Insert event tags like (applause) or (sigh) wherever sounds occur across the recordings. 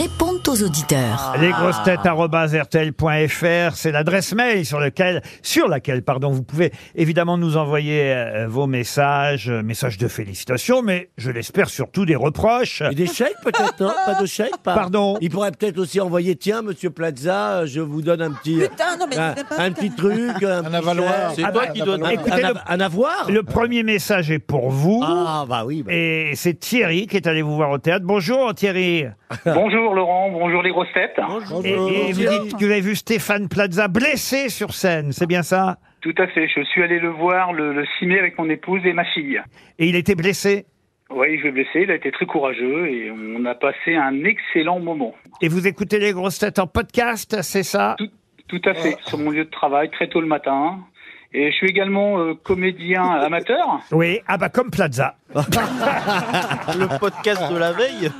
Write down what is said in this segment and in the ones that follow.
répondent aux auditeurs. lesgrossetêtes.rtl.fr, c'est l'adresse mail sur lequel, sur laquelle, pardon, vous pouvez évidemment nous envoyer euh, vos messages, euh, messages de félicitations, mais je l'espère surtout des reproches. Et des chèques peut-être, non Pas de chèques pas... Pardon. Il pourrait peut-être aussi envoyer, tiens, monsieur Plaza, euh, je vous donne un petit... Putain, non, mais un, c'est pas un vrai. petit truc, un, petit avaloir. C'est toi qui donnes. Ah, bah, Écoutez, un, le- un avoir Le premier message est pour vous. Ah, bah oui. bah. Et c'est Thierry qui est allé vous voir au théâtre. Bonjour Thierry. Bonjour Laurent, bonjour les grosses têtes. Bonjour. Et, et vous dites que vous avez vu Stéphane Plaza blessé sur scène, c'est bien ça Tout à fait, je suis allé le voir le, le 6 mai avec mon épouse et ma fille. Et il était blessé Oui, je l'ai blessé, il a été très courageux et on a passé un excellent moment. Et vous écoutez les grosses têtes en podcast, c'est ça Tout, tout à fait, sur mon lieu de travail, très tôt le matin. Et je suis également (laughs) euh, comédien amateur. Oui, ah bah comme Plaza. Le podcast de la veille.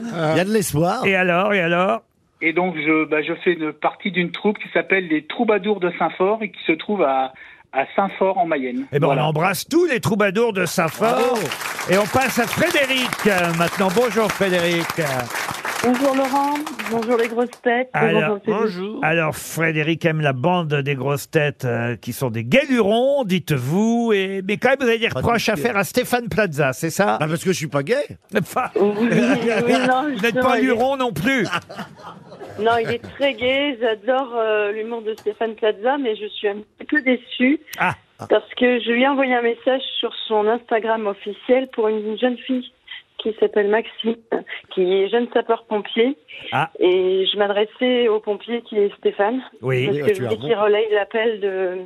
Il y a de l'espoir. Et alors, et alors Et donc, je, bah, je fais une partie d'une troupe qui s'appelle les Troubadours de Saint-Fort et qui se trouve à, à Saint-Fort en Mayenne. Eh ben, Voilà. on embrasse tous les troubadours de Saint-Fort. Et on passe à Frédéric euh, maintenant. Bonjour Frédéric. Bonjour Laurent, bonjour les grosses têtes. Alors, Bonjour, Sylvie. Bonjour. Alors Frédéric aime la bande des grosses têtes euh, qui sont des galurons, dites-vous. Et mais quand même vous avez des reproches à faire à Stéphane Plaza, c'est ça (laughs) Bah parce que je suis pas gay. Enfin, Oui, (laughs) oui, non, Vous n'êtes justement, pas il est- luron non plus. Non, il est très gai, j'adore euh, l'humour de Stéphane Plaza, mais je suis un petit peu déçue Ah. parce que je lui ai envoyé un message sur son Instagram officiel pour une jeune fille qui s'appelle Maxime, qui est jeune sapeur-pompier. Ah. Et je m'adressais au pompier qui est Stéphane, Oui. parce Oui, que tu as je voulais raison. qu'il relaye l'appel de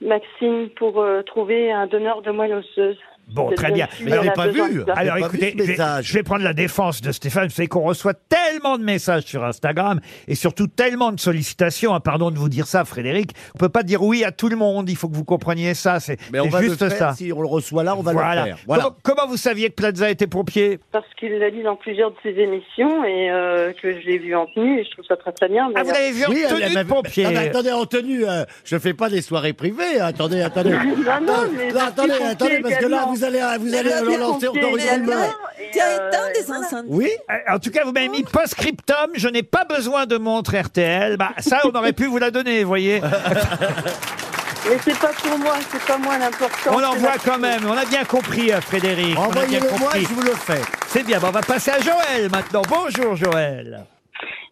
Maxime pour euh, trouver un donneur de moelle osseuse. Bon, Cette très jeune bien. fille, Mais je Alors, elle l'ai a pas besoin vu. de ça. J'ai Alors pas vu écoutez, ce je vais, message. je vais prendre la défense de Stéphane. Vous savez qu'on reçoit tellement de messages sur Instagram et surtout tellement de sollicitations. Ah, pardon de vous dire ça, Frédéric. On peut pas dire oui à tout le monde. Il faut que vous compreniez ça. C'est Mais on c'est va juste le faire, ça. Si on le reçoit là, on va voilà. le faire. Voilà. Comment, comment vous saviez que Plaza était pompier parce qu'il l'a dit dans plusieurs de ses émissions et euh, que je l'ai vu en tenue et je trouve ça très très bien. Ah, vous d'ailleurs. l'avez vu en tenue elle de m'a vu- pompier. Ah, mais attendez, en tenue, euh, je fais pas des soirées privées. hein. Attendez, attendez. Non, non, mais Non, attendez, pompier attendez, parce que là, également. vous allez, vous Mais allez pompier, leur lancer pompier, encore mais une alors- bombe. T'as euh, éteint des voilà. enceintes. Oui Euh, En tout cas, vous m'avez mis post-scriptum, je n'ai pas besoin de montre RTL. Bah, ça, on aurait pu vous la donner, vous voyez. Mais c'est pas pour moi, c'est pas moi l'important. On c'est l'envoie la- quand même. On a bien compris, euh, Frédéric. On a bien Envoyez-le-moi, compris. je vous le fais. C'est bien. Bon, on va passer à Joël maintenant. Bonjour, Joël.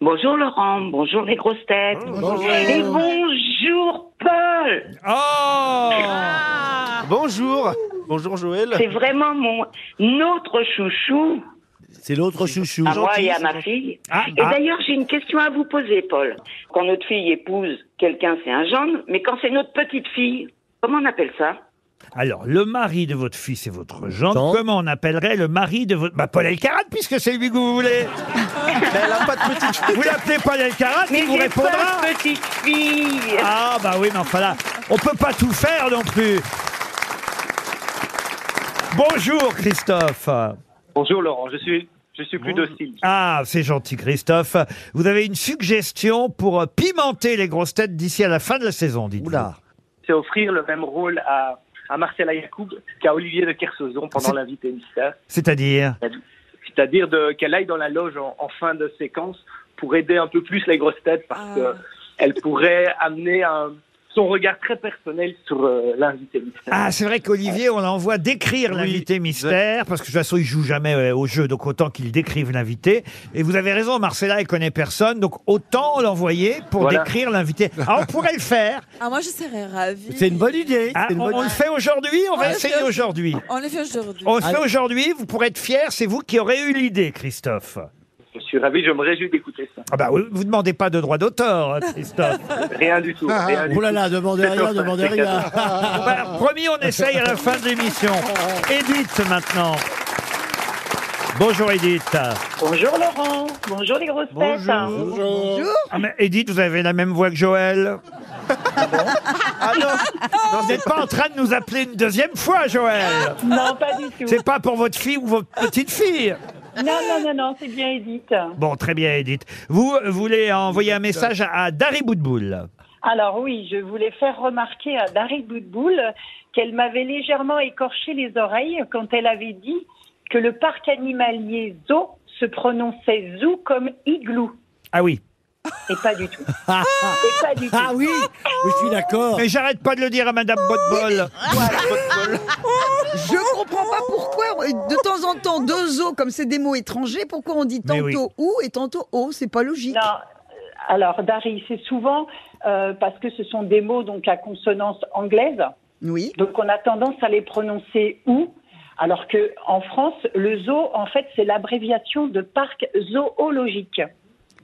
Bonjour Laurent, bonjour les grosses têtes. Et bonjour Paul. Oh Ah. Bonjour. Bonjour Joël. C'est vraiment mon notre chouchou C'est l'autre chouchou. à moi et à ma fille. Ah, Et ah. d'ailleurs, j'ai une question à vous poser Paul. Quand notre fille épouse quelqu'un, c'est un gendre, mais quand c'est notre petite fille, comment on appelle ça Alors, le mari de votre fils et votre Jean. gendre, comment on appellerait le mari de votre... Bah, Paul Elkarat, puisque c'est lui que vous (laughs) voulez. Elle a pas de petite. Vous l'appelez Paul Elkarat, Mais il vous j'ai répondra. pas de petite fille. Ah, bah oui, mais enfin là, on peut pas tout faire non plus. Bonjour, Christophe. Bonjour Laurent, je suis, je suis plus docile. Ah, c'est gentil, Christophe. Vous avez une suggestion pour euh, pimenter les grosses têtes d'ici à la fin de la saison, dites-vous. Oula. C'est offrir le même rôle à, à Marcella Yacoub qu'à Olivier de Kersauzon C'est- pendant l'invité mystère. C'est-à-dire C'est-à-dire de- qu'elle aille dans la loge en, en fin de séquence pour aider un peu plus les grosses têtes parce Ah. qu'elle pourrait amener un- son regard très personnel sur euh, l'invité mystère. Ah, c'est vrai qu'Olivier, on l'envoie décrire Oui, l'invité exact. mystère, parce que de toute façon, il joue jamais euh, au jeu, donc autant qu'il décrive l'invité. Et vous avez raison, Marcella, elle connaît personne, donc autant l'envoyer pour Voilà. décrire l'invité. Ah, on pourrait le faire. Ah, moi, je serais ravie. C'est une bonne idée. Ah, c'est une on, bonne- on le fait aujourd'hui, on va On le essayer fait- aujourd'hui. On le fait aujourd'hui. On le fait Allez. aujourd'hui, vous pourrez être fier, c'est vous qui aurez eu l'idée, Christophe. Je suis ravi, je me réjouis d'écouter ça. Ah bah oui, vous demandez pas de droit d'auteur, hein, Christophe. Rien du tout. rien du Oh tout. là là, demandez rien, demandez rien. Bah, promis, on essaye à la fin de l'émission. Edith maintenant. Bonjour Edith. Bonjour Laurent, bonjour les grosses têtes. Ah, mais Edith, vous avez la même voix que Joël. Ah non. Non, vous n'êtes pas en train de nous appeler une deuxième fois, Joël. Non, pas du tout. C'est pas pour votre fille ou votre petite fille. Non, non, non, non, c'est bien Edith. Bon, très bien, Edith. Vous euh, voulez envoyer un message à à Dari Boudboul. Alors oui, je voulais faire remarquer à Dari Boudboul qu'elle m'avait légèrement écorché les oreilles quand elle avait dit que le parc animalier Zoo se prononçait Zoo comme igloo. Ah oui. Et pas du tout. Et pas du tout. Ah oui, je suis d'accord. Mais j'arrête pas de le dire à Madame Botbol. Je comprends pas pourquoi, euh, de temps en temps, deux zoos, comme c'est des mots étrangers, pourquoi on dit Mais tantôt ou et tantôt o, c'est pas logique. Non. euh, Alors, Dari, c'est souvent euh, parce que ce sont des mots donc à consonance anglaise, Oui. donc on a tendance à les prononcer ou, alors que en France, le zoo, en fait, c'est l'abréviation de parc zoologique.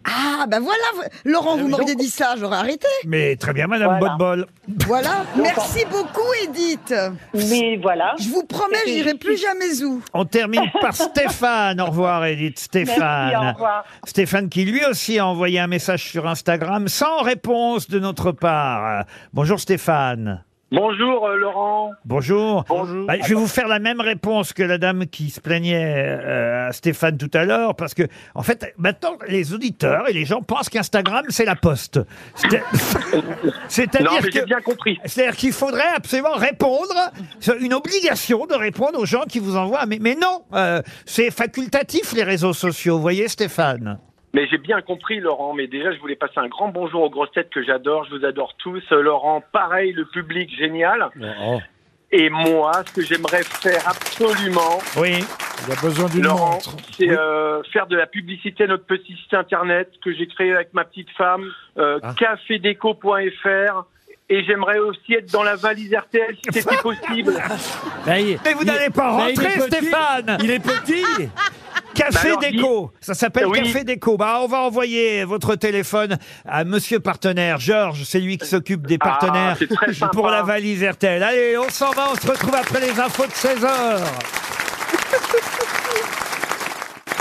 Ah, ben voilà, vous- Laurent, Ah vous m'auriez dit ça, j'aurais arrêté. Mais très bien, Madame Voilà. Botbol. Voilà. Donc, Merci beaucoup, Edith. Mais voilà. Je vous promets, C'était- j'irai plus jamais zoo. On termine (laughs) par Stéphane. Au revoir, Edith. Stéphane. Merci, au revoir. Stéphane qui lui aussi a envoyé un message sur Instagram sans réponse de notre part. Euh, Bonjour Stéphane. Bonjour euh, Laurent. Bonjour. Bonjour. Bah, je vais vous faire la même réponse que la dame qui se plaignait euh, à Stéphane tout à l'heure, parce que, en fait, maintenant, les auditeurs et les gens pensent qu'Instagram, c'est la poste. (laughs) C'est- Non, C'est-à-dire mais j'ai que... bien compris. C'est-à-dire qu'il faudrait absolument répondre, c'est une obligation de répondre aux gens qui vous envoient. Mais, mais non, euh, c'est facultatif les réseaux sociaux, vous voyez Stéphane Mais j'ai bien compris, Laurent. Mais déjà, je voulais passer un grand bonjour aux grosses têtes que j'adore. Je vous adore tous. Euh, Laurent, pareil, le public, génial. Oh. Et moi, ce que j'aimerais faire absolument, Oui. Il a besoin d'une Laurent, montre. c'est euh, faire de la publicité à notre petit site internet que j'ai créé avec ma petite femme, euh, Ah. cafédéco.fr. Et j'aimerais aussi être dans la valise RTL si c'était possible. Bah, il- Mais vous il- n'allez pas bah, il est rentrer petit. Stéphane Il est petit (laughs) Café Bah alors, Déco, ça s'appelle Oui. Café Déco. Bah, on va envoyer votre téléphone à Monsieur Partenaire, Georges, c'est lui qui s'occupe des Ah, partenaires c'est très (laughs) pour sympa. la valise RTL. Allez, on s'en va, on se retrouve après les infos de 16 heures.